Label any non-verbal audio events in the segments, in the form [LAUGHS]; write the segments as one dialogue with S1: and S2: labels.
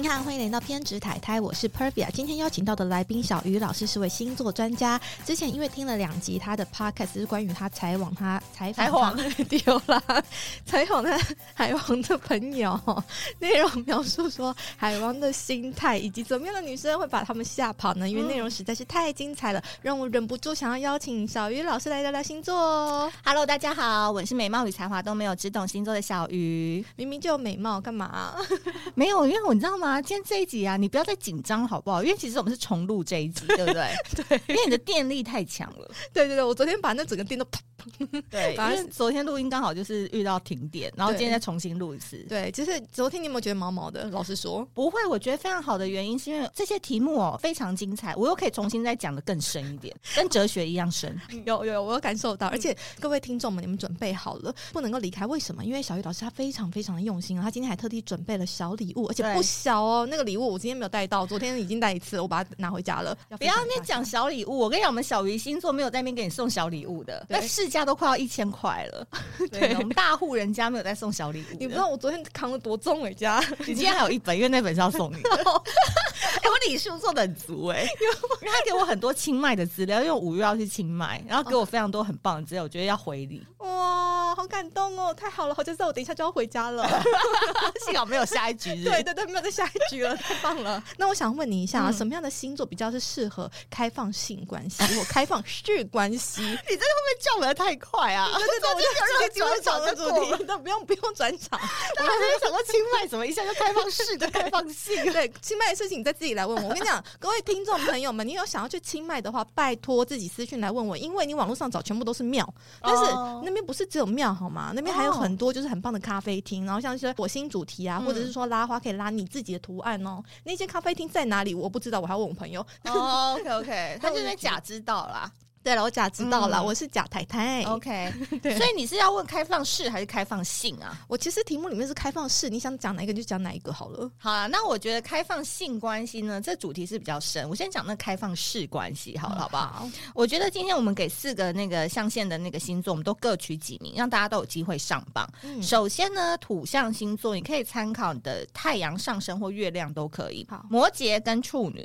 S1: 您好，欢迎来到偏执太太，我是 Pervia。今天邀请到的来宾小鱼老师是位星座专家。之前因为听了两集他的 podcast，就是关于他采访他 [LAUGHS] 采访
S2: 采访
S1: 他丢啦，采访他海王的朋友， [LAUGHS] 内容描述说海王的心态以及怎么样的女生会把他们吓跑呢？因为
S2: 嗯
S1: 内容实在是太精彩了，让我忍不住想要邀请小鱼老师来聊聊星座哦。
S2: Hello，大家好，我是美貌与才华都没有，只懂星座的小鱼。
S1: 明明就有美貌，干嘛、
S2: 没有，因为我你知道吗？今天这一集啊，你不要再紧张好不好？因为其实我们是重录这 [LAUGHS] 一集，对不对？对，因为你的电力太强了。
S1: [LAUGHS] 对对对，我昨天把那整个店都啪
S2: 对因
S1: 反而
S2: 为昨天录音刚好就是遇到停电，然后
S1: 对
S2: 今天再重新录一次。
S1: 对，就是昨天你有没有觉得毛毛的？老实说，
S2: 不会，我觉得非常好的原因是因为这些题目哦非常精彩，我又可以重新再讲的更深一 [LAUGHS] 点，跟哲学一样 [LAUGHS] 深。
S1: [LAUGHS] 有有有，我有感受到，而且各位听众们，你们准备好了，不能够离开。为什么？因为小雨老师他非常非常的用心啊，他今天还特地准备了小礼物，而且
S2: 对
S1: 不小哦。那个礼物我今天没有带到，昨天已经带一次，我把它拿回家了。
S2: 不要
S1: 那
S2: 那讲小礼物，我跟你讲，我们小鱼星座没有在那边给你送小礼物的，
S1: 对
S2: 那市价都快要一千块了。对，我们大户人家没有在送小礼物的。
S1: 你不知道我昨天扛了多重回家，
S2: 你今天还有一本，因为那本是要送你的。哎、我礼数做的很足哎、因为他给我很多清迈的资料，因为我五月要去清迈，然后给我非常多很棒的资料，我觉得要回礼。
S1: [LAUGHS] 哇，好感动哦！太好了，好像知道我等一下就要回家 [LAUGHS] 了。
S2: 幸好没有下一局日。
S1: 对对对，没有在下一局了，太棒 [LAUGHS] 了。那我想问你一下、啊，
S2: 嗯
S1: 什么样的星座比较是适合开放性关系或开放式关系？
S2: 你这会不会叫的太快啊？
S1: 对对对，我就直接转场的
S2: 这个
S1: 主题，那不用不用转 [LAUGHS] 场。
S2: 大家没想到清迈怎么一下就开放式的开放性？
S1: 对，清迈的事情你再自己来问我。我跟你讲，各位听众朋友们，你有想要去清迈的话，拜托自己私讯来问我，因为你网络上找全部都是庙，但是
S2: 哦
S1: 那边不是只有庙好吗？那边还有很多就是很棒的咖啡厅，然后像一些火星主题啊，
S2: 嗯
S1: 或者是说拉花可以拉你自己的图案哦。那些咖啡厅在哪里？我不知道，我还要问我朋友。
S2: 哦，OK OK，他就是假知道啦。
S1: 对了，我假知道了，
S2: 嗯
S1: 我是假太太。
S2: OK，
S1: 对
S2: 所以你是要问开放式还是开放性啊？
S1: 我其实题目里面是开放式，你想讲哪一个就讲哪一个好了。
S2: 好啦，那我觉得开放性关系呢，这主题是比较深。我先讲那开放式关系好了，好不好？
S1: 嗯好，
S2: 我觉得今天我们给四个那个象限的那个星座，我们都各取几名，让大家都有机会上榜。
S1: 嗯，
S2: 首先呢，土象星座你可以参考你的太阳上升或月亮都可以。
S1: 好
S2: 摩羯跟处女。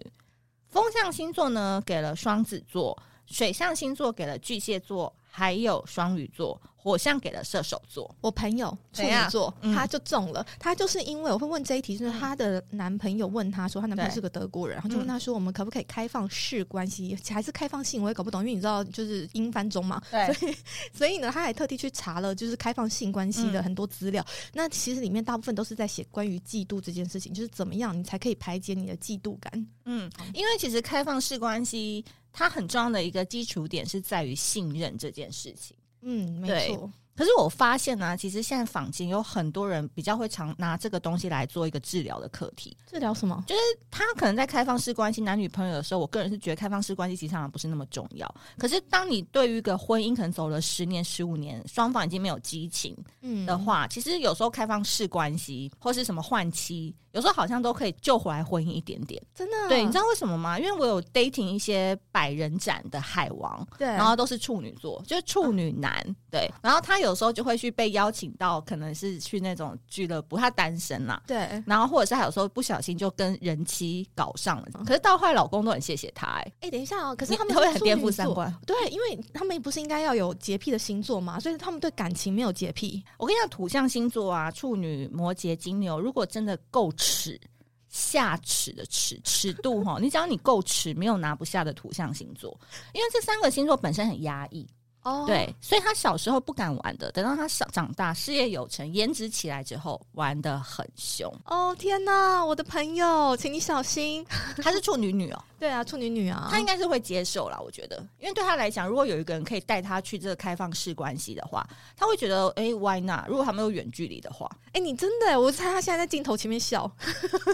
S2: 风象星座呢给了双子座，水象星座给了巨蟹座，还有双鱼座，火象给了射手座。
S1: 我朋友处
S2: 怎
S1: 女
S2: 样
S1: 座，
S2: 嗯
S1: 她就中了。她就是因为我会问这一题，就是她的男朋友问她说，她男朋友
S2: 对
S1: 是个德
S2: 嗯
S1: 国人，然后就问她说，我们可不可以开放式关系，还是开放性？我也搞不懂，因为你知道就是英翻中
S2: [LAUGHS]
S1: 嘛，
S2: 对，
S1: 所以呢，她还特地去查了就是开放性关系的
S2: 嗯
S1: 很多资料。那其实里面大部分都是在写关于嫉妒这件事情，就是怎么样你才可以排解你的嫉妒感。
S2: 嗯，因为其实开放式关系它很重要的一个基础点是在于信任这件事情。
S1: 嗯，没
S2: 对
S1: 错，
S2: 可是我发现呢、其实现在坊间有很多人比较会常拿这个东西来做一个治疗的课题。
S1: 这聊什么？
S2: 他可能在开放式关系、男女朋友的时候，我个人是觉得开放式关系其实上不是那么重要。可是当你对于一个婚姻可能走了十年、十五年，双方已经没有激情
S1: 嗯
S2: 的话，其实有时候开放式关系或是什么换妻，有时候好像都可以救回来婚姻一点点。
S1: 真的啊，
S2: 对，你知道为什么吗？因为我有 dating 一些百人展的海王，
S1: 对，
S2: 然后都是处女座，就是处女男，对。然后他有时候就会去被邀请到，可能是去那种俱乐部，他单身啦。
S1: 对。
S2: 然后或者是他有时候不小心就跟人妻搞上了，可是到后来老公都很谢谢他、欸，
S1: 哎，等一下哦，嗯可是他们
S2: 你会
S1: 是
S2: 很
S1: 处
S2: 颠
S1: 女
S2: 覆三
S1: 座
S2: 观。
S1: 对，因为他们不是应该要有洁癖的星座嘛，所以他们对感情没有洁癖。
S2: 我跟你讲，土象星座啊，处女、摩羯、金牛，如果真的够尺。下尺的尺尺度哈，你只要你够尺，没有拿不下的土象星座，因为这三个星座本身很压抑，
S1: 哦，
S2: 对，所以他小时候不敢玩的，等到他长长大、事业有成、颜值起来之后，玩的很凶。
S1: 哦天哪，我的朋友，请你小心。
S2: 她是处女女 [LAUGHS] 哦，
S1: [LAUGHS] 对啊，处女女啊，
S2: 她应该是会接受啦，我觉得，因为对她来讲，如果有一个人可以带她去这个开放式关系的话，她会觉得，哎、w h y not？如果他们有远距离的 [LAUGHS] 话，
S1: 哎，你真的，我猜他现在在镜头前面笑，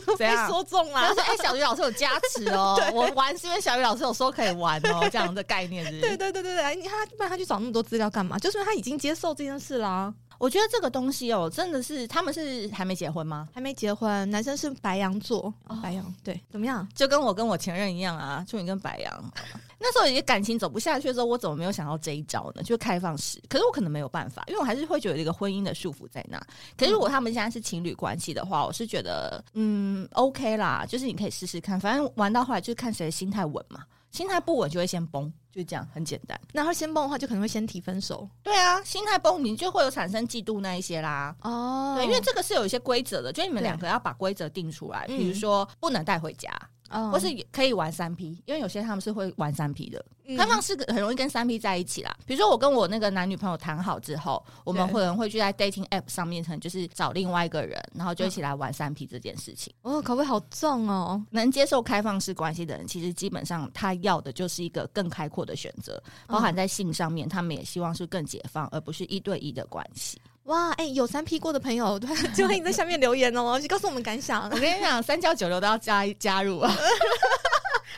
S2: 怎
S1: 被说中
S2: 他
S1: 啦。
S2: 说：“哎、小鱼老师有加持 [LAUGHS] 哦，我玩是因为小鱼老师有说可以玩哦，这样的概念是不是
S1: 哎
S2: [LAUGHS]
S1: 对对对对对，你看他不然他去找那么多资料干嘛？就是因为他已经接受这件事啦。
S2: 我觉得这个东西哦，真的是他们是还没结婚吗？
S1: 还没结婚，男生是白羊座，
S2: 哦
S1: 白羊对，怎么样？
S2: 就跟我跟我前任一样啊，处女跟白羊。 [LAUGHS] 那时候也感情走不下去的时候，我怎么没有想到这一招呢？就是开放式。可是我可能没有办法，因为我还是会觉得有一个婚姻的束缚在那。可是如果他们现在是情侣关系的话，我是觉得嗯 OK 啦，就是你可以试试看，反正玩到后来就是看谁的心态稳嘛，心态不稳就会先崩，就这样，很简单。
S1: 然后先崩的话，就可能会先提分手
S2: 对啊，心态崩，你就会有产生嫉妒那一些啦。
S1: 哦
S2: 对，因为这个是有一些规则的，就你
S1: 对
S2: 们两个要把规则定出来，
S1: 嗯
S2: 比如说不能带回家，
S1: 哦
S2: 或是也可以玩三 P，因为有些他们是会玩三 P 的，
S1: 嗯
S2: 开放式很容易跟三 P 在一起啦。比如说我跟我那个男女朋友谈好之后，我们
S1: 对
S2: 可能会去在 dating app 上面，可能就是找另外一个人，然后就一起来玩三 P 这件事情。
S1: 哦，口味好重哦。
S2: 能接受开放式关系的人，其实基本上他要的就是一个更开阔的选择，包含在性上面，他们也希望是更解放，而不是一对一的关系。
S1: 哇，哎、有三 P 过的朋友， [LAUGHS] 对，就欢迎在下面留言哦， [LAUGHS] 告诉我们感想
S2: [LAUGHS] 我。跟你讲，三教九流都要加加入 [LAUGHS] 啊，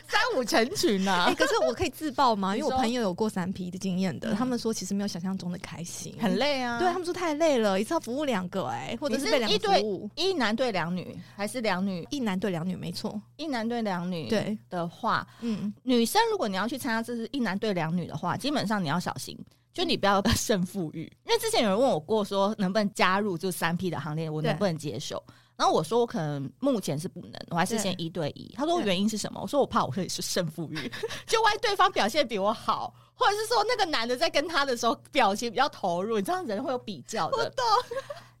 S2: 三五成群
S1: 哎、
S2: 啊，
S1: 可是我可以自爆吗？
S2: 你
S1: 因
S2: 说
S1: 为我朋友有过三 P 的经验的，
S2: 嗯
S1: 他们说其实没有想象中的开心，
S2: 很累啊。
S1: 对他们说太累了，一次要服务两个、哎，或者
S2: 你
S1: 是
S2: 是
S1: 被两
S2: 一
S1: 个
S2: 对
S1: 服务，
S2: 一男对两女还是两女？
S1: 一男对两女，没错，
S2: 一男对两女
S1: 对，
S2: 的话，
S1: 嗯，
S2: 女生如果你要去参加这是一男对两女的话，基本上你要小心。就你不要 [LAUGHS] 胜负欲，因为之前有人问我过说能不能加入就三 P 的行列，我能
S1: 对
S2: 不能接受？然后我说我可能目前是不能，我还是
S1: 对
S2: 先一对一。他说
S1: 对
S2: 原因是什么？我说我怕我会是胜负欲，就万一对方表现比我好，或者是说那个男的在跟他的时候表情比较投入，你知道人会有比较的。
S1: 懂。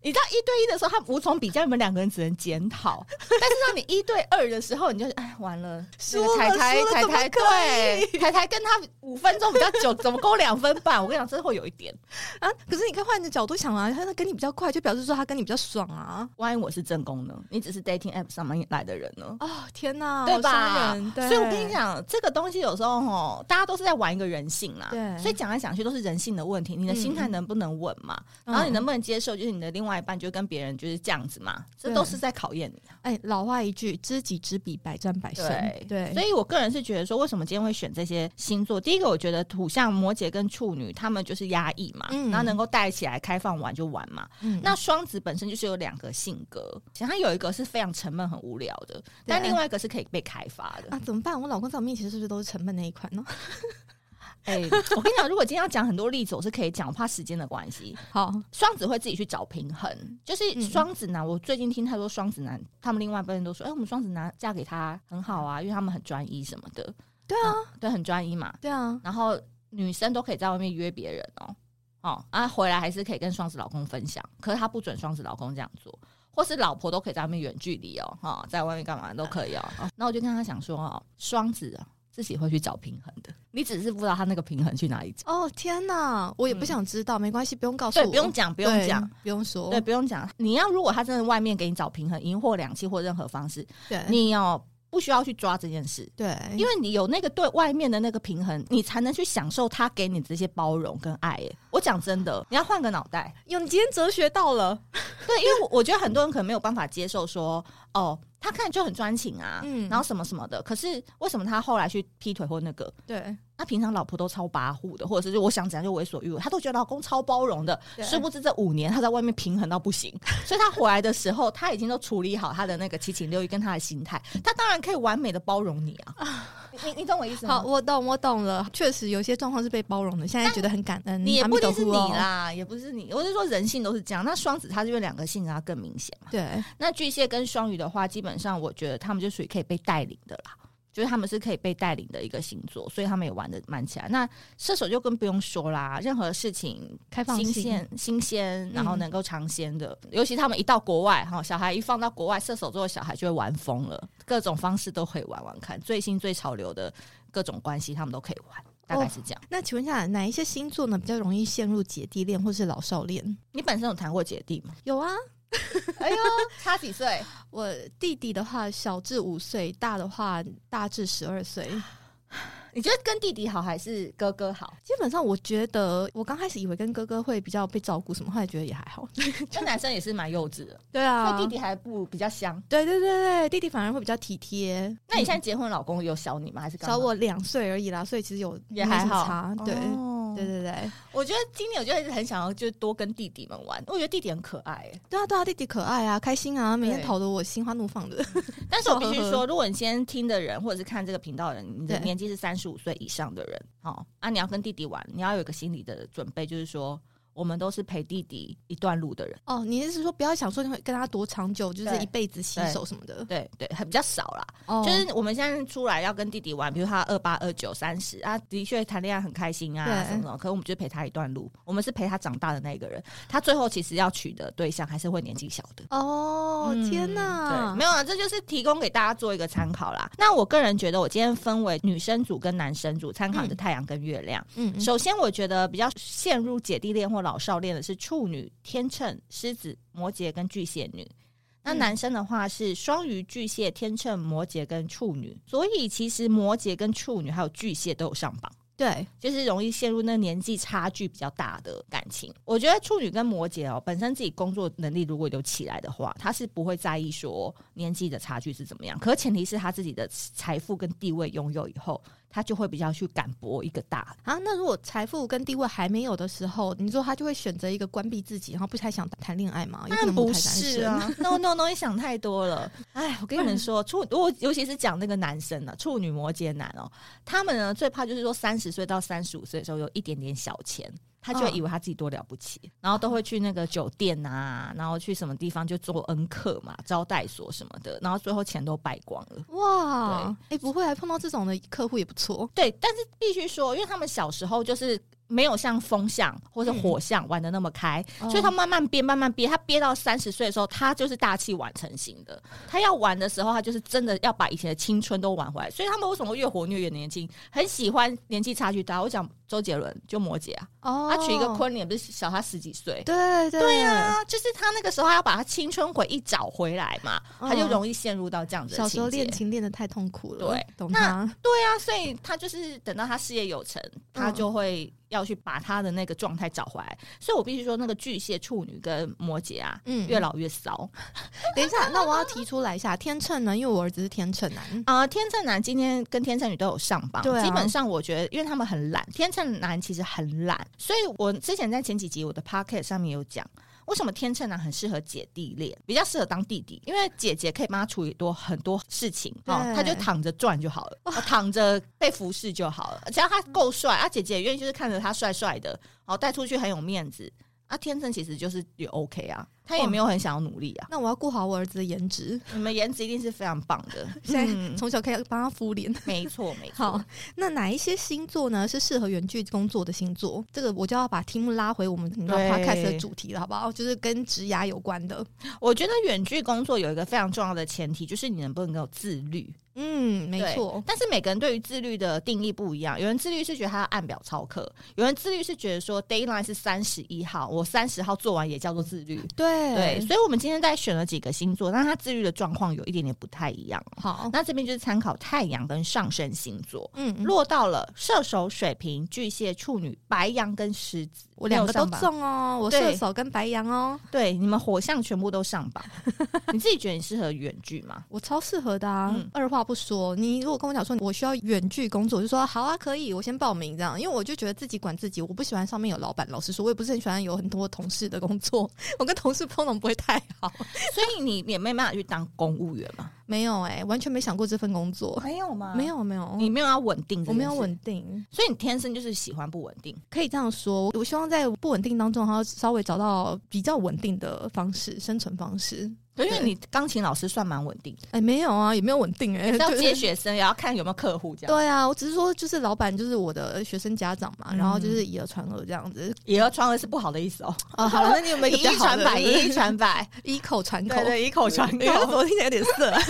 S2: 你知道一对一的时候，他无从比较，你们两个人只能检
S1: [LAUGHS]
S2: 讨。但是让你一对二的时候，你就哎完了，
S1: 输了
S2: 这个台台
S1: 输了
S2: 台
S1: 怎么
S2: 台对 [LAUGHS] 台台跟他五分钟比较久，怎么勾两分半？我跟你讲，这会有一点。
S1: 啊，可是你可以换个角度想啊，他跟你比较快，就表示说他跟你比较爽啊。
S2: 万一我是正宫呢？你只是 dating app 上面来的人呢？
S1: 哦，天哪，
S2: 对
S1: 好
S2: 吧
S1: 伤人？对
S2: 所以我跟你，讲，这个东西有时候哦，大家都是在玩一个人性啦。
S1: 对
S2: 所以讲来讲去都是人性的问题，你的心态能不能稳嘛？
S1: 嗯
S2: 然后你能不能接受，就是你的另外一半就跟别人就是这样子嘛？这
S1: 对
S2: 都是在考验你。
S1: 哎、老话一句，知己知彼，百战百胜。
S2: 对
S1: 对，
S2: 所以我个人是觉得说，为什么今天会选这些星座？第一个，我觉得土象、摩羯跟处女，他们就是压抑嘛，
S1: 嗯
S2: 然后能够带起来开放玩就玩嘛。
S1: 嗯
S2: 那双子本身就是有两个性格，其实它有一个是非常沉闷、很无聊的，但另外一个是可以被开发的。
S1: 啊，怎么办？我老公在我面前是不是都是沉闷那一款呢？ [LAUGHS]
S2: 哎、我跟你讲，如果今天要讲很多例子，我是可以讲，我怕时间的关系。
S1: 好，
S2: 双子会自己去找平衡，就是
S1: 嗯
S2: 双子男。我最近听太多双子男，他们另外一半人都说：“哎、我们双子男嫁给他很好啊，因为他们很专一什么的。”
S1: 对啊，
S2: 对，很专一嘛。
S1: 对啊，
S2: 然后女生都可以在外面约别人哦，哦啊，回来还是可以跟双子老公分享，可是她不准双子老公这样做，或是老婆都可以在外面远距离哦，哈、在外面干嘛都可以哦。哦那、我就跟他讲说哦，双子啊自己会去找平衡的，你只是不知道他那个平衡去哪里找。
S1: 哦天哪，我也不
S2: 嗯
S1: 想知道，没关系，不用告诉
S2: 对
S1: 哦我，，
S2: 不用讲，不
S1: 不
S2: 用讲，，
S1: 不用说，
S2: 对，不用讲。你要如果他真的外面给你找平衡，赢或两期或任何方式，
S1: 对，
S2: 你要不需要去抓这件事，
S1: 对，
S2: 因为你有那个对外面的那个平衡，你才能去享受他给你这些包容跟爱耶。我讲真的，你要换个脑袋，
S1: 哟，你今天哲学到了，
S2: 对，因为我我觉得很多人可能没有办法接受说，哦，他看就很专情啊，
S1: 嗯
S2: 然后什么什么的，可是为什么他后来去劈腿或那个？
S1: 对，
S2: 他平常老婆都超跋扈的，或者是我想怎样就为所欲为，他都觉得老公超包容的。
S1: 对
S2: 殊不知这五年他在外面平衡到不行，所以他回来的时候，他已经都处理好他的那个七情六欲跟他的心态，他当然可以完美的包容你啊。
S1: [LAUGHS]
S2: 你你你懂我意思吗？
S1: 好，我懂，我懂了，确实有些状况是被包容的，现在觉得很感恩，
S2: 你也
S1: 阿
S2: 不
S1: 弥
S2: 一定
S1: 陀
S2: 是
S1: 佛
S2: 你
S1: 哦，
S2: 啦，也不是你，我是说人性都是这样。那双子它是因为两个性格它更明显嘛。
S1: 对，
S2: 那巨蟹跟双鱼的话，基本上我觉得他们就属于可以被带领的啦，就是他们是可以被带领的一个星座，所以他们也玩的蛮起来。那射手就更不用说啦，任何事情
S1: 开放
S2: 新
S1: 性
S2: 鲜、新鲜，然后
S1: 嗯
S2: 能够尝鲜的，尤其他们一到国外哈，小孩一放到国外，射手座的小孩就会玩疯了，各种方式都可以玩玩看，最新最潮流的各种关系他们都可以玩，大
S1: 哦
S2: 概是这样。
S1: 那请问一下，哪一些星座呢比较容易陷入姐弟恋或是老少恋？
S2: 你本身有谈过姐弟吗？
S1: 有啊，
S2: 哎呦，差几岁？啊
S1: 我弟弟的话小至五岁，大的话大至十二岁。
S2: 你觉得跟弟弟好还是哥哥好？
S1: 基本上我觉得，我刚开始以为跟哥哥会比较被照顾什么，后来觉得也还好。
S2: 这男生也是蛮幼 [LAUGHS] 稚的，
S1: 对
S2: 那
S1: 啊，
S2: 弟弟还不比较香。
S1: 对对对对，弟弟反而会比较体贴。嗯
S2: 那你现在结婚，老公有小你吗？还是干嘛
S1: 小我两岁而已啦，所以其实有
S2: 也还好
S1: 没什么差对。
S2: 哦
S1: 对对对，
S2: 我觉得今年我就一直很想要，就是多跟弟弟们玩。我觉得弟弟很可爱、欸
S1: 对啊对啊，弟弟可爱啊，开心啊，每天
S2: 对
S1: 讨得我心花怒放的。
S2: 但是我必须
S1: 呵呵 [LAUGHS]
S2: 说，如果你今天听的人或者是看这个频道的人，你的
S1: 对
S2: 年纪是三十五岁以上的人，好、啊，你要跟弟弟玩，你要有一个心理的准备，就是说，我们都是陪弟弟一段路的人，
S1: [LAUGHS] 哦，你是说不要想说你会跟他多长久，就是
S2: 对
S1: 一辈子携手什么的？
S2: 对对，很比较少啦。
S1: 哦，
S2: 就是我们现在出来要跟弟弟玩，比如他二八、二九、三十啊，的确谈恋爱很开心啊，
S1: 对
S2: 什么的。可是我们就陪他一段路，我们是陪他长大的那个人。他最后其实要娶的对象还是会年纪小的。
S1: 哦，
S2: 嗯
S1: 天哪
S2: 对，没！有啊，这就是提供给大家做一个参考啦。那我个人觉得，我今天分为女生组跟男生组参考的太阳跟月亮。
S1: 嗯嗯
S2: 首先，我觉得比较陷入姐弟恋或老少恋的是处女、天秤、狮子、摩羯跟巨蟹女。那
S1: 嗯
S2: 男生的话是双鱼、巨蟹、天秤、摩羯跟处女，所以其实摩羯跟处女还有巨蟹都有上榜，
S1: 对，
S2: 就是容易陷入那年纪差距比较大的感情。我觉得处女跟摩羯哦，本身自己工作能力如果有起来的话，他是不会在意说年纪的差距是怎么样，可前提是他自己的财富跟地位拥有以后，他就会比较去敢搏一个大
S1: 啊，那如果财富跟地位还没有的时候，你说他就会选择一个关闭自己，然后不太想谈恋爱吗？有可
S2: 那
S1: 能母
S2: 不
S1: 胎单
S2: 是
S1: 身。 [LAUGHS]
S2: 啊，no no no，你想太多了。哎，我跟你们说，处我尤其是讲那个男生呢、啊，处女摩羯男哦，他们呢最怕就是说三十岁到三十五岁的时候有一点点小钱。他就会
S1: 嗯
S2: 以为他自己多了不起，然后都会去那个酒店啊，然后去什么地方就做恩客嘛、招待所什么的，然后最后钱都败光了。
S1: 哇，哎、不会，还碰到这种的客户也不错。
S2: 对，但是必须说，因为他们小时候就是没有像风象或者火象玩的那么开，
S1: 嗯
S2: 所以他慢慢憋，慢慢憋，他憋到三十岁的时候，他就是大器晚成型的。他要玩的时候，他就是真的要把以前的青春都玩回来。所以他们为什么会越活越越年轻？很喜欢年纪差距大。我讲周杰伦就摩羯啊，
S1: 哦，
S2: 他娶一个，昆凌不是小他十几岁。
S1: 对对对啊，
S2: 啊，就是他那个时候，他要把他青春回忆找回来嘛，他就
S1: 嗯
S2: 容易陷入到这样子的
S1: 小时候
S2: 情节
S1: 恋情练的太痛苦了，
S2: 对，
S1: 懂
S2: 那
S1: 他。
S2: 对啊，所以他就是等到他事业有成，他就会要去把他的那个状态找回来。所以我必须说，那个巨蟹、处女跟摩羯啊，
S1: 嗯
S2: 越老越骚
S1: [LAUGHS] 等一下，那我要提出来一下天秤呢，因为我儿子是天秤男。
S2: 啊、天秤男今天跟天秤女都有上榜，
S1: 对啊
S2: 基本上我觉得，因为他们很懒，天秤男其实很懒，所以我之前在前几集我的 p o c k e t 上面有讲。为什么天秤男很适合姐弟恋，比较适合当弟弟？因为姐姐可以帮他处理多很多事情，哦，
S1: 对
S2: 他就躺着赚就好了，哦躺着被服侍就好了。只要他够帅，啊，姐姐也愿意就是看着他帅帅的，哦，带出去很有面子。啊，天秤其实就是也 OK 啊，他也没有很想要努力啊。
S1: 那我要顾好我儿子的颜值，
S2: 你们颜值一定是非常棒的，
S1: 现在
S2: 嗯
S1: 从小可以帮他敷脸。
S2: 没错没错。
S1: 好，那哪一些星座呢是适合远距工作的星座？这个我就要把题目拉回我们频道
S2: 对
S1: podcast 的主题了，好不好？就是跟职涯有关的。
S2: 我觉得远距工作有一个非常重要的前提，就是你能不能够自律。
S1: 嗯，没
S2: 对
S1: 错。
S2: 但是每个人对于自律的定义不一样，有人自律是觉得他要按表操课，有人自律是觉得说 d a y l i n e 是三十一号，我三十号做完也叫做自律。
S1: 对
S2: 对，所以我们今天在选了几个星座，那他自律的状况有一点点不太一样。
S1: 好，
S2: 那这边就是参考太阳跟上升星座。
S1: 嗯，嗯
S2: 落到了射手、水瓶、巨蟹、处女、白羊跟狮子，
S1: 我两个都
S2: 没有上榜
S1: 中哦，我
S2: 对
S1: 射手跟白羊哦，
S2: 对，你们火象全部都上
S1: [LAUGHS]
S2: 榜。你自己觉得你适合远距吗？
S1: 我超适合的啊！
S2: 嗯
S1: 二话不说，你如果跟我讲说我需要远距工作，我就说好啊，可以，我先报名这样，因为我就觉得自己管自己，我不喜欢上面有老板。老实说，我也不是很喜欢有很多同事的工作，我跟同事碰撞不会太好。
S2: 所以你也没办法去当公务员嘛？
S1: 没有哎、完全没想过这份工作，
S2: 没有吗
S1: 没，有没有，
S2: 你没有要稳定，
S1: 我没有，稳定，
S2: 所以你天生就是喜欢不稳定。
S1: 可以这样说。我希望在不稳定当中，还要稍微找到比较稳定的方式，生存方式。
S2: 可因为
S1: 对
S2: 你钢琴老师算蛮稳
S1: [LAUGHS]
S2: 定，
S1: 哎、没有啊，也没有稳定哎、
S2: 是要
S1: [LAUGHS] 对
S2: 接学生，也要看有没有客户这样，
S1: 对啊，我只是说，就是老板就是我的学生家长嘛，然后
S2: 嗯
S1: 就是以讹传讹这样子。
S2: 以讹传讹是不好的意思哦。
S1: 哦，好了，那你有没有
S2: 以 [LAUGHS] 一传百，以一
S1: [LAUGHS]
S2: 传百，
S1: 一口传口
S2: 对？ [LAUGHS] 对，以口传
S1: 你为什
S2: 口，
S1: 么听起来有点色啊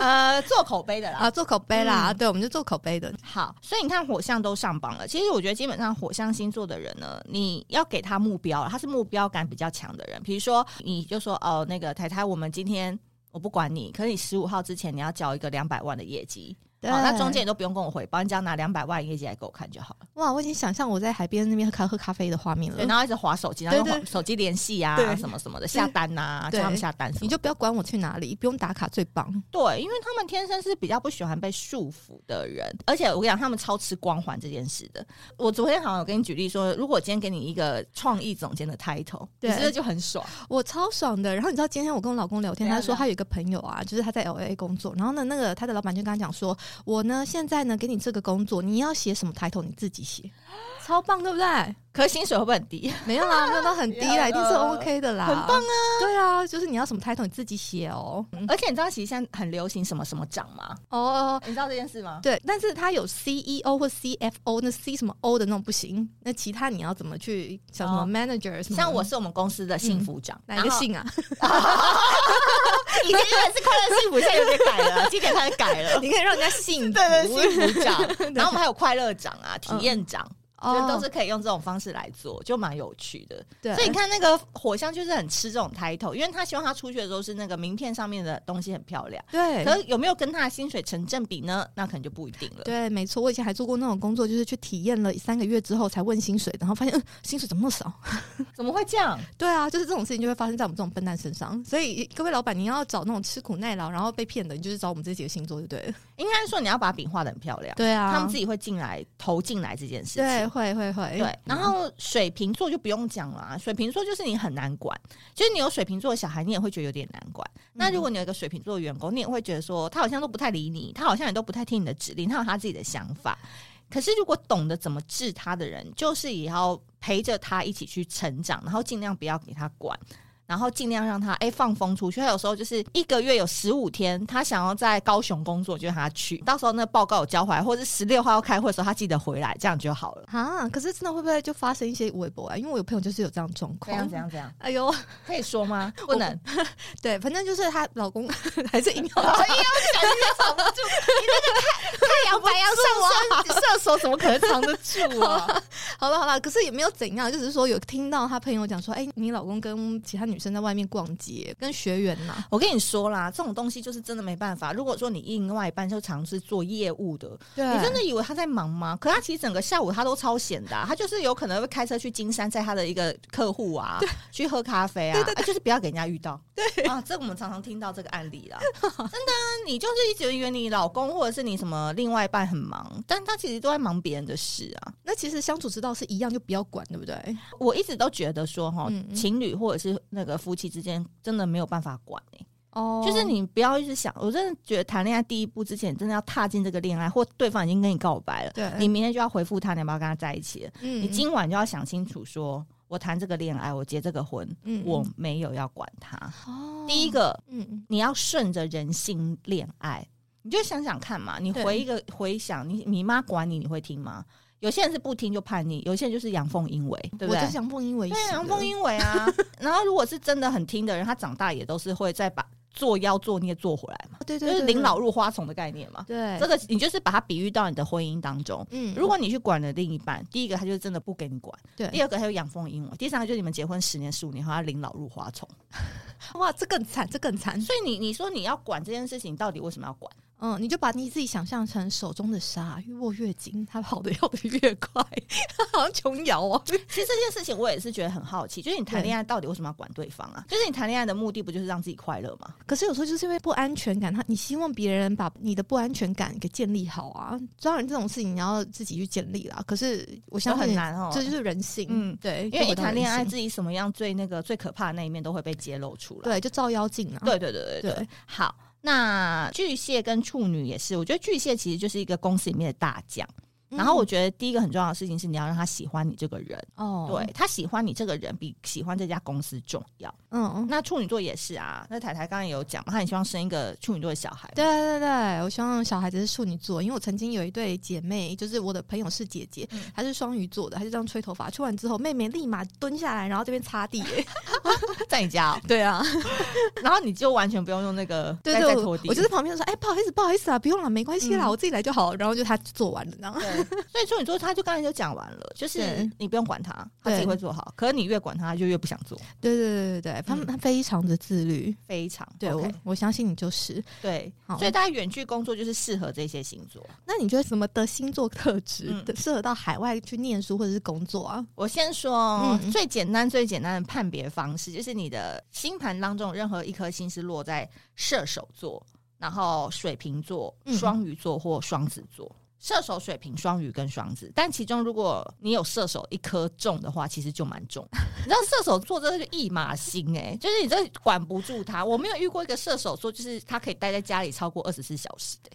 S2: 呃，做口
S1: [LAUGHS]
S2: 碑的啦。
S1: 啊？做口碑啦，
S2: 嗯
S1: 对，我们就做口碑的。
S2: 好，所以你看火象都上榜了。其实我觉得基本上火象星座的人呢，你要给他目标啦，他是目标感比较强的人。比如说，你就说哦，那个太太，我们今天我不管你，可是你十五号之前你要交一个两百万的业绩，
S1: 对，
S2: 好，那中间你都不用跟我回报，你只要拿两百万业绩来给我看就好了。
S1: 哇，我已经想象我在海边那边喝咖喝咖啡的画面
S2: 对，
S1: 了。
S2: 然后一直划手机，然后
S1: 嗯对对
S2: 用手机联系啊
S1: 对，
S2: 什么什么的，下单呐、啊，
S1: 对
S2: 叫他们下单什么的。
S1: 你就不要管我去哪里，不用打卡最棒。
S2: 对，因为他们天生是比较不喜欢被束缚的人，而且我跟你讲，他们超吃光环这件事的。我昨天好像有跟你举例说，如果我今天给你一个创意总监的 title，
S1: 对
S2: 你是不是就很爽？
S1: 我超爽的。然后你知道今天我跟我老公聊天，
S2: 怎样
S1: 他说他有一个朋友啊，就是他在 L A 工作，然后呢，那个他的老板就跟他讲说，我呢现在呢给你这个工作，你要写什么抬头你自己写，超棒，对不对？
S2: 可是薪水会不会很低？
S1: 没有啦，没有到很低
S2: [LAUGHS]
S1: 啦，一定是 OK 的啦，
S2: 呃很棒
S1: 啊。对啊，就是你要什么抬头你自己写哦。嗯
S2: 而且你知道，其实现在很流行什么什么长吗？
S1: 哦哦，哦
S2: 你知道这件事吗？
S1: 对，但是他有 CEO 或 CFO，那 C 什么 O 的那种不行，那其他你要怎么去像什么
S2: 哦
S1: manager 什么的？
S2: 像我是我们公司的幸福长，
S1: 嗯哪一个
S2: 然后啊
S1: 姓啊？
S2: 以前原来是快乐幸福，现在有点改了，今年开始
S1: [LAUGHS]
S2: 改了。
S1: 你可以让人家姓
S2: [LAUGHS] 对对，幸福长，然后我们还有快乐长啊、体验长，就都
S1: 嗯哦，
S2: 是可以用这种方式来做，就蛮有趣的。
S1: 对，
S2: 所以你看，那个火象就是很吃这种 title，因为他希望他出去的时候是那个名片上面的东西很漂亮，
S1: 对，
S2: 可是有没有跟他的薪水成正比呢？那可能就不一定了。
S1: 对，没错，我以前还做过那种工作，就是去体验了三个月之后才问薪水，然后发现、嗯、薪水怎么那么少？ [LAUGHS]
S2: 怎么会这样？
S1: 对啊，就是这种事情就会发生在我们这种笨蛋身上。所以各位老板，你要找那种吃苦耐劳然后被骗的，你就是找我们这几个星座就对了。
S2: 应该说你要把饼画的很漂亮，
S1: 对啊，
S2: 他们自
S1: 己
S2: 己会进来投进来这件事情。
S1: 对会会会
S2: 对，然后水瓶座就不用讲了、啊，水瓶座就是你很难管，就是你有水瓶座的小孩，你也会觉得有点难管。那如果你有一个水瓶座的员工，你也会觉得说他好像都不太理你，他好像也都不太听你的指令，他有他自己的想法。可是如果懂得怎么治他的人，就是也要陪着他一起去成长，然后尽量不要给他管。然后尽量让他哎放风出去，他有时候就是一个月有十五天，他想要在高雄工作，就让他去。到时候那个报告有交回来，或者十六号要开会的时候，他记得回来，这样就好了。
S1: 啊，可是真的会不会就发生一些微博啊？因为我有朋友就是有这样的状况。
S2: 样啊怎样？
S1: 哎呦， [LAUGHS]
S2: 可以说 [LAUGHS] 吗？不能，一
S1: 对，反正就是她老公 [LAUGHS] 还是硬要
S2: 要讲就藏不住。 [LAUGHS] 你那个太太阳白羊上升射手怎么可能藏得住啊？
S1: 好了好了，可是也没有怎样，就只是说有听到她朋友讲说，哎、你老公跟其他女生在外面逛街，跟学员呐、
S2: [LAUGHS] 我跟你说啦，这种东西就是真的没办法。如果说你另外一半就尝试做业务的，
S1: 对
S2: 你真的以为他在忙吗？可他其实整个下午他都超闲的啊、他就是有可能会开车去金山，在他的一个客户啊，去喝咖啡啊，啊就是不要给人家遇到。对啊，这个我们常常听到这个案例啦。 [LAUGHS] 真的啊，你就是一直以为你老公或者是你什么另外一半很忙，但他其实都在忙别人的事啊。
S1: 那其实相处之道是一样，就不要管，对不对？
S2: 我一直都觉得说哈，
S1: 嗯嗯
S2: 情侣或者是那个夫妻之间真的没有办法管、欸
S1: 哦
S2: 就是你不要一直想，我真的觉得谈恋爱第一步之前，真的要踏进这个恋爱，或对方已经跟你告白了，
S1: 对
S2: 你明天就要回复他，你要不要跟他在一起了？
S1: 嗯
S2: 你今晚就要想清楚说。我谈这个恋爱，我结这个婚，
S1: 嗯
S2: 我没有要管他。
S1: 哦
S2: 第一，个，
S1: 嗯
S2: 你要顺着人性恋爱，你就想想看嘛。你
S1: 对
S2: 回一个回想，你你妈管你，你会听吗？有些人是不听就叛逆，有些人就是阳奉阴违，对
S1: 嗯，
S2: 不
S1: 我
S2: 对
S1: 就？想凤英为
S2: 对，阳奉
S1: 凤英，
S2: 阴违
S1: [LAUGHS]
S2: 啊。然后如果是真的很听的人，他长大也都是会再把作妖作孽做回来嘛，
S1: 对
S2: 就
S1: 对，
S2: 是
S1: 对
S2: 临老，入花丛的概念嘛。
S1: 对，
S2: 这个你就是把它比喻到你的婚姻当中。
S1: 嗯
S2: 如果你去管了另一半，第一个他就真的不给你管，
S1: 对
S2: 第二个他有阳奉阴违，第三个就是你们结婚十年十五年后他临老入花丛。
S1: 嗯哇，这更惨，这更惨，
S2: 所以你你说你要管这件事情，到底为什么要管？
S1: 嗯，你就把你自己想象成手中的沙，越握越紧，它跑得要的越快，好像琼瑶哦，
S2: 其实这件事情我也是觉得很好奇，就是你谈恋爱到底为什么要管对方啊？就是你谈恋爱的目的不就是让自己快乐吗？
S1: 可是有时候就是因为不安全感，他你希望别人把你的不安全感给建立好啊。当然这种事情你要自己去建立啦。可是我相
S2: 都
S1: 信
S2: 很难哦
S1: 这就是人性。
S2: 嗯
S1: 对，
S2: 因为
S1: 就
S2: 一
S1: 回到
S2: 谈恋爱，
S1: 人性
S2: 自己什么样最那个最可怕的那一面都会被揭露出来。
S1: 对就照妖镜啊。
S2: 对对对对对
S1: 对，
S2: 好。那巨蟹跟处女也是，我觉得巨蟹其实就是一个公司里面的大将。
S1: 嗯，
S2: 然后我觉得第一个很重要的事情是，你要让他喜欢你这个人，
S1: 哦，
S2: 对，他喜欢你这个人比喜欢这家公司重要。
S1: 嗯，
S2: 那处女座也是啊，那台台刚才有讲嘛，她很希望生一个处女座的小孩嘛。
S1: 对对对，我希望小孩子是处女座，因为我曾经有一对姐妹，就是我的朋友是姐姐，
S2: 嗯
S1: 她是双鱼座的，她就这样吹头发，吹完之后，妹妹立马蹲下来，然后这边擦
S2: [LAUGHS]
S1: 地、欸
S2: 在你
S1: [LAUGHS]
S2: 家哦、
S1: 对啊，
S2: 然后你就完全不用用那个
S1: 对
S2: 再
S1: 对，
S2: 再
S1: 我
S2: 拖地，嗯
S1: 我就在旁边说，哎、不好意思，不好意思啊，不用了，没关系啦，我自己来就好。然后就她做完了，然后
S2: 对所以处女座他就刚才就讲完了，就是
S1: 对
S2: 你不用管他，他自己
S1: 对
S2: 会做好。可是你越管他，他就越不想做，
S1: 对对对对对，他们他非常的自律，
S2: 非常
S1: 对
S2: 嗯 OK
S1: 我我相信你就是。
S2: 对，
S1: 好
S2: 所以大家远距工作就是适合这些星座。
S1: 那你觉得什么的星座特质
S2: 嗯
S1: 的适合到海外去念书或者是工作啊？
S2: 我先说、
S1: 嗯
S2: 最简单、最简单的判别方式，就是你的星盘当中任何一颗星是落在射手座，然后水瓶座、
S1: 嗯
S2: 双鱼座或双子座。射手、水瓶、双鱼跟双子，但其中如果你有射手一颗重的话，其实就蛮 [LAUGHS] 重。你知道射手座真的是一马星哎、就是你真的管不住他。我没有遇过一个射手座，就是他可以待在家里超过二十四小时的、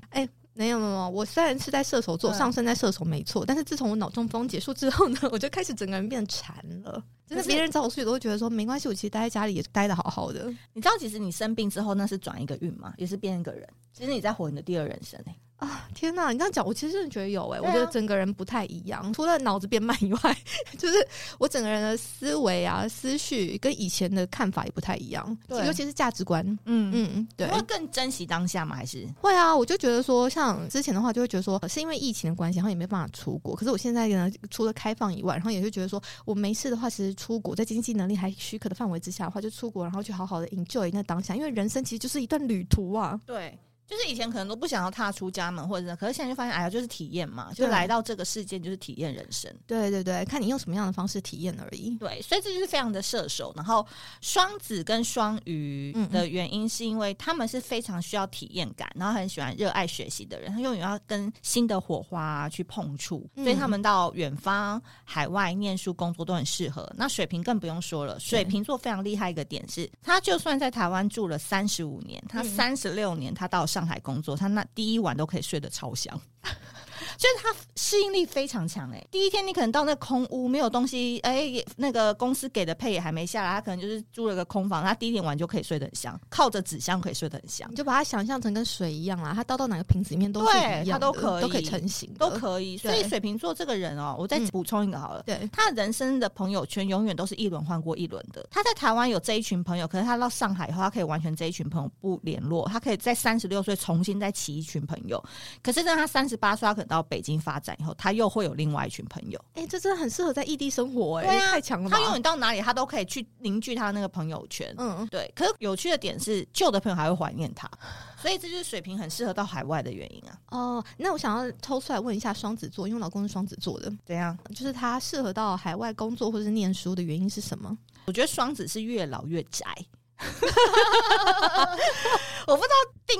S1: 没有没有，没有我虽然是在射手座
S2: 嗯
S1: 上升在射手没错，但是自从我脑中风结束之后呢， [LAUGHS] 我就开始整个人变馋了。真的，
S2: 可是
S1: 别人找我出去都会觉得说没关系，我其实待在家里也待的好好的。
S2: 你知道，其实你生病之后，那是转一个运吗？也是变一个人。其实你在活你的第二人生、欸、
S1: 啊天呐！你这样讲，我其实真的觉得有诶、欸我
S2: 对啊
S1: 觉得整个人不太一样，除了脑子变慢以外， [LAUGHS] 就是我整个人的思维啊、思绪跟以前的看法也不太一样，
S2: 对
S1: 尤其是价值观。
S2: 嗯
S1: 嗯，对
S2: 你，会更珍惜当下吗？还是
S1: 会啊，我就觉得说，像之前的话，就会觉得说，呃是因为疫情的关系，然后也没办法出国。可是我现在呢，除了开放以外，然后也是觉得说，我没事的话，其实出国在经济能力还许可的范围之下的话，就出国，然后去好好的 enjoy 那当下，因为人生其实就是一段旅途啊。
S2: 对？就是以前可能都不想要踏出家门，或者是可是现在就发现，哎呀，就是体验嘛，就
S1: 对
S2: 来到这个世界就是体验人生。
S1: 对对对，看你用什么样的方式体验而已。
S2: 对，所以这就是非常的射手。然后双子跟双鱼
S1: 嗯
S2: 的原因是因为他们是非常需要体验感，然后很喜欢热爱学习的人，他永远要跟新的火花、啊去碰触，
S1: 嗯
S2: 所以他们到远方、海外念书、工作都很适合。那水瓶更不用说了，水瓶座非常厉害一个点是，他就算在台湾住了三十五年，他
S1: 嗯
S2: 三十六年他到上海工作，他那第一晚都可以睡得超香。就是他适应力非常强哎、第一天你可能到那空屋没有东西，哎、也那个公司给的配也还没下来，他可能就是租了个空房，他第一天晚就可以睡得很香，靠着纸箱可以睡得很香
S1: 你，就把它想象成跟水一样啦，它倒到哪个瓶子里面都是
S2: 对
S1: 一样的，
S2: 它都可以
S1: 都可以成型的，
S2: 都可以。所以
S1: 对
S2: 水瓶座这个人哦、我再
S1: 嗯
S2: 补充一个好了。
S1: 对。
S2: 他人生的朋友圈永远都是一轮换过一轮的。他在台湾有这一群朋友，可是他到上海以后，他可以完全这一群朋友不联络，他可以在三十六岁重新再起一群朋友。可是当他三十八岁，他可能到北京发展以后，他又会有另外一群朋友。
S1: 哎、这真的很适合在异地生活、哎、
S2: 对啊
S1: 太强了吧！
S2: 他永远到哪里，他都可以去凝聚他那个朋友圈。
S1: 嗯，
S2: 对，可是有趣的点是，旧的朋友还会怀 [LAUGHS] 念他，所以这就是水瓶很适合到海外的原因啊。
S1: 哦，那我想要抽出来问一下双子座，因为我老公是双子座的，
S2: 怎样？
S1: 就是他适合到海外工作或者是念书的原因是什么？
S2: 我觉得双子是越老越宅。我不知道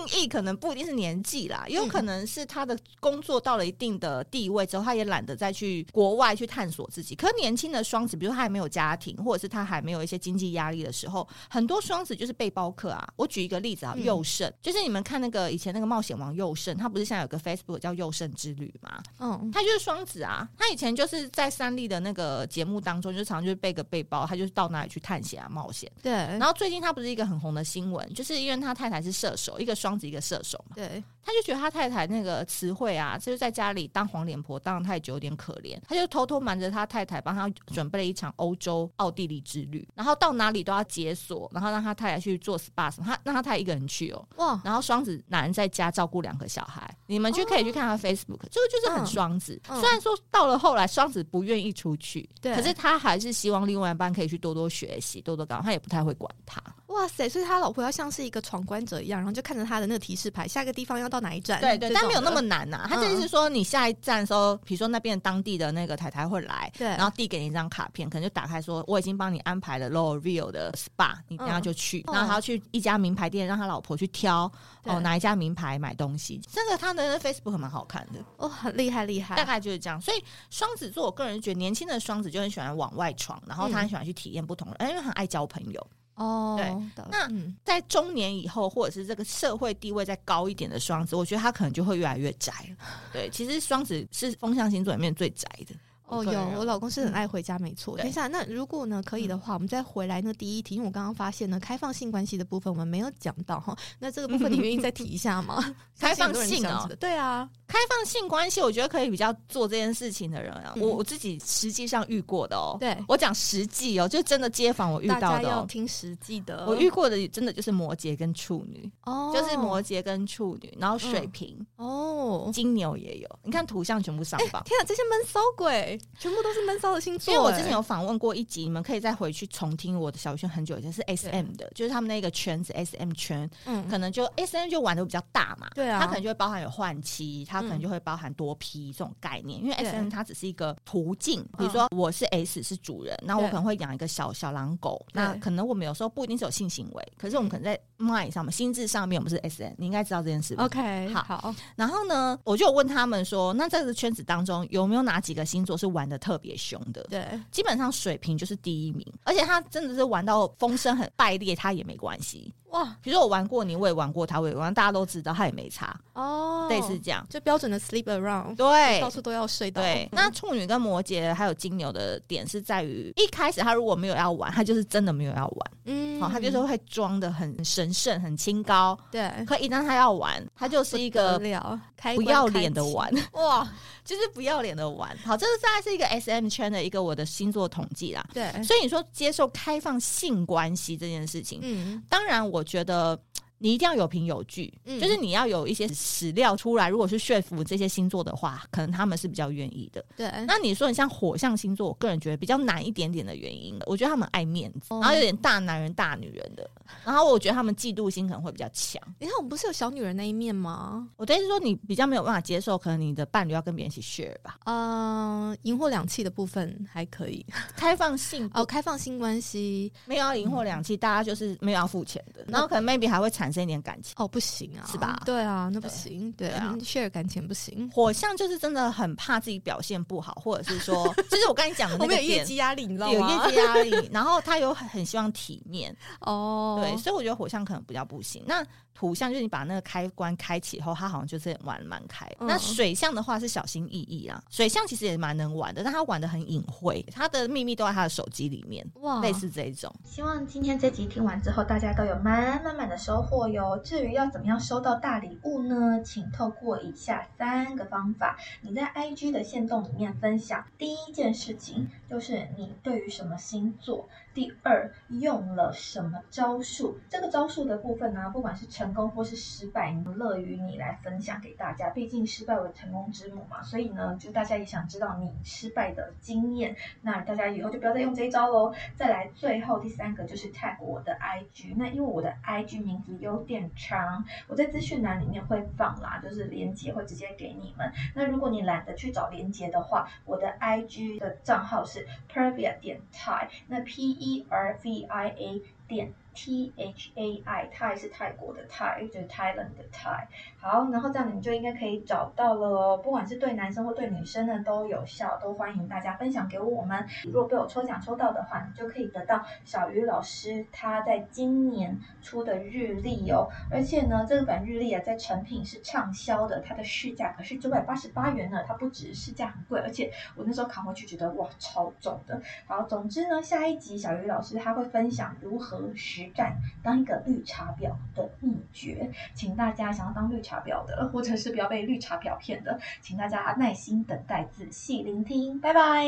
S2: 定义，可能不一定是年纪啦，也有可能是他的工作到了一定的地位之后，他也懒得再去国外去探索自己。可是年轻的双子，比如他还没有家庭，或者是他还没有一些经济压力的时候，很多双子就是背包客啊。我举一个例子啊，
S1: 嗯
S2: 佑胜，就是你们看那个以前那个冒险王佑胜，他不是现在有个 Facebook 叫佑胜之旅吗？
S1: 嗯，
S2: 他就是双子啊，他以前就是在三立的那个节目当中，就常常就是背个背包，他就是到哪里去探险啊、冒险。
S1: 对，
S2: 然后最近他不是一个很红的新闻，就是因为他太太是射手，一个双子，一个射手嘛，
S1: 对，
S2: 他就觉得他太太那个词汇啊，就是在家里当黄脸婆当得太久有点可怜，他就偷偷瞒着他太太，帮他准备了一场欧洲奥地利之旅，然后到哪里都要解锁，然后让他太太去做 SPA 什么，他让他太太一个人去哦。
S1: 哇，
S2: 然后双子男在家照顾两个小孩，你们去可以去看他 Facebook，这个就是很双子。
S1: 哦嗯
S2: 虽然说到了后来双子不愿意出去，
S1: 对
S2: 可是他还是希望另外一半可以去多多学习、多多搞，他也不太会管他。
S1: 哇塞！所以他老婆要像是一个闯关者一样，然后就看着他的那个提示牌，下一个地方要到哪一站？
S2: 对对，
S1: 这
S2: 但没有
S1: 种
S2: 那
S1: 的嗯
S2: 么难呐、他就是说，你下一站的时候，比如说那边当地的那个太太会来。
S1: 对，
S2: 然后递给你一张卡片，可能就打开说我已经帮你安排了 L'Oreal 的 SPA，你等下就去。
S1: 嗯
S2: 然后他要去一家名牌店，让他老婆去挑
S1: 对
S2: 哦哪一家名牌买东西。这个他的 Facebook 蛮好看的。
S1: 哦，很厉害厉害，
S2: 大概就是这样。所以双子座，我个人觉得年轻的双子就很喜欢往外闯，然后他
S1: 嗯
S2: 很喜欢去体验不同人，因为很爱交朋友。
S1: 哦，
S2: 对
S1: 到
S2: 那
S1: 嗯
S2: 在中年以后，或者是这个社会地位再高一点的双子，我觉得他可能就会越来越宅
S1: [LAUGHS]
S2: 了。对，其实双子是风象星座里面最宅的。
S1: 哦，
S2: 我个人
S1: 有
S2: 啊
S1: 我老公是很爱回家，没错。
S2: 对嗯
S1: 等一下，那如果呢可以的话，我们再回来那第一题，因为我刚刚发现呢，开放性关系的部分我们没有讲到哈，那这个部分你愿意再提一下
S2: [LAUGHS]
S1: 吗？
S2: 开放
S1: 相信很
S2: 性哦
S1: 多人是这样子的对啊，
S2: 开放性关系，我觉得可以比较做这件事情的人啊，
S1: 嗯
S2: 我我自己实际上遇过的哦。
S1: 对
S2: 我讲实际哦，就真的街坊我遇
S1: 大
S2: 到
S1: 家
S2: 的、
S1: 要
S2: 哦。
S1: 听实际的，
S2: 我遇过的真的就是摩羯跟处女，
S1: 哦，
S2: 就是摩羯跟处女，然后水瓶，
S1: 哦，
S2: 金牛也有。你看土象全部上榜。
S1: 天啊，这些闷骚鬼全部都是闷骚的星座、欸
S2: 因为我之前有访问过一集，你们可以再回去重听我的小圈很久以前是 S M 的，就是他们那个圈子 S M 圈，
S1: 嗯，
S2: 可能就 S M 就玩的比较大嘛，
S1: 对啊，
S2: 它可能就会包含有换妻，它可能
S1: 嗯
S2: 就会包含多批这种概念，因为
S1: 对嗯
S2: S M 它只是一个途径。比如说我是 S 是主人，那我可能会养一个小小狼狗，
S1: 对
S2: 那可能我们有时候不一定是有性行为，可是我们可能在 mind 上面、心智上面，我们是 S M，你应该知道这件事吧？
S1: OK
S2: 好
S1: 好，
S2: 然后呢，我就有问他们说，那在这个圈子当中有没有哪几个星座是玩的特别凶的？
S1: 对，
S2: 基本上水瓶就是第一名，而且他真的是玩到风声很败裂，他也没关系。
S1: 哇
S2: 比如说我玩过你，我也玩过他，我也玩，大家都知道他也没差，
S1: 哦，
S2: 类似这样。
S1: 就标准的 sleep around，
S2: 对
S1: 到处都要睡到。
S2: 对
S1: 嗯，
S2: 那处女跟摩羯还有金牛的点是在于，一开始他如果没有要玩，他就是真的没有要玩，
S1: 嗯
S2: 好、他就是会装的很神圣、很清高。
S1: 对，
S2: 可一旦他要玩，他就是一个
S1: 不得了开
S2: 不
S1: 关
S2: 要脸的
S1: 开启 [LAUGHS]
S2: 玩，
S1: 哇，
S2: 就是不要脸的玩。好，这是大概是一个 S M 圈的一个我的星座统计啦。 [LAUGHS]
S1: 对，
S2: 所以你说接受开放性关系这件事情，
S1: 嗯
S2: 当然我觉得。嗯你一定要有凭有据，
S1: 嗯
S2: 就是你要有一些史料出来。如果是说服这些星座的话，可能他们是比较愿意的。
S1: 对，
S2: 那你说你像火象星座，我个人觉得比较难一点点的原因，我觉得他们爱面子，
S1: 哦
S2: 然后有点大男人大女人的，然后我觉得他们嫉妒心可能会比较强。
S1: 你看我们不是有小女人那一面吗？
S2: 我的意思是说，你比较没有办法接受，可能你的伴侣要跟别人一起 share 吧，
S1: 嗯，赢货两气的部分还可
S2: [LAUGHS]
S1: 以
S2: 开放性
S1: 哦，开放性关系
S2: 没有要赢货
S1: 嗯
S2: 两期，大家就是没有要付钱的，然后可能 maybe 还会产生一点感情。
S1: 哦不行啊，
S2: 是吧
S1: 对啊，那不行，对
S2: 对啊
S1: 嗯，share [LAUGHS] 感情不行，
S2: 火象就是真的很怕自己表现不好，或者是
S1: [LAUGHS]
S2: 说，就是我刚才讲的那
S1: 我
S2: 个
S1: 们有
S2: 点
S1: 业，绩压力，你知道
S2: 有业
S1: 吗？
S2: 绩压力，然后他有很很希望体面，
S1: 哦，
S2: 对，所以我觉得火象可能比较不行。那土象就是你把那个开关开启以后，他好像就是玩蛮开。
S1: 嗯
S2: 那水象的话是小心翼翼啊，水象其实也蛮能玩的，但他玩的很隐晦，他的秘密都在他的手机里面，
S1: 哇，
S2: 类似这一种。
S3: 希望今天这集听完之后，大家都有满满满的收获哟。至于要怎么样收到大礼物呢？请透过以下三个方法，你在 IG 的线动里面分享。第一件事情就是你对于什么星座，第二用了什么招数。这个招数的部分呢，不管是成功或是失败，你乐于你来分享给大家。毕竟失败为成功之母嘛，所以呢，就大家也想知道你失败的经验。那大家以后就不要再用这一招喽。再来，最后第三个就是 tag 我的 IG，那因为我的 IG 名字有点长，我在资讯栏里面会放啦，就是连接会直接给你们。那如果你懒得去找连接的话，我的 IG 的账号是 pervia 点 thai，那 P E R V I A 点 T H A I Thai 是泰国的泰，就是 Thailand 的泰。好，然后这样你们就应该可以找到了哦。不管是对男生或对女生呢，都有效，都欢迎大家分享给我们。如果被我抽奖抽到的话，你就可以得到小鱼老师他在今年出的日历哦。而且呢，这本日历啊，在成品是畅销的，它的市价可是九百八十八元呢。它不止市价很贵，而且我那时候扛回去觉得哇，超重的。好，总之呢，下一集小鱼老师他会分享如何实战当一个绿茶婊的秘诀。请大家想要当绿茶婊的，或者是不要被绿茶婊骗的，请大家耐心等待，仔细聆听，拜拜。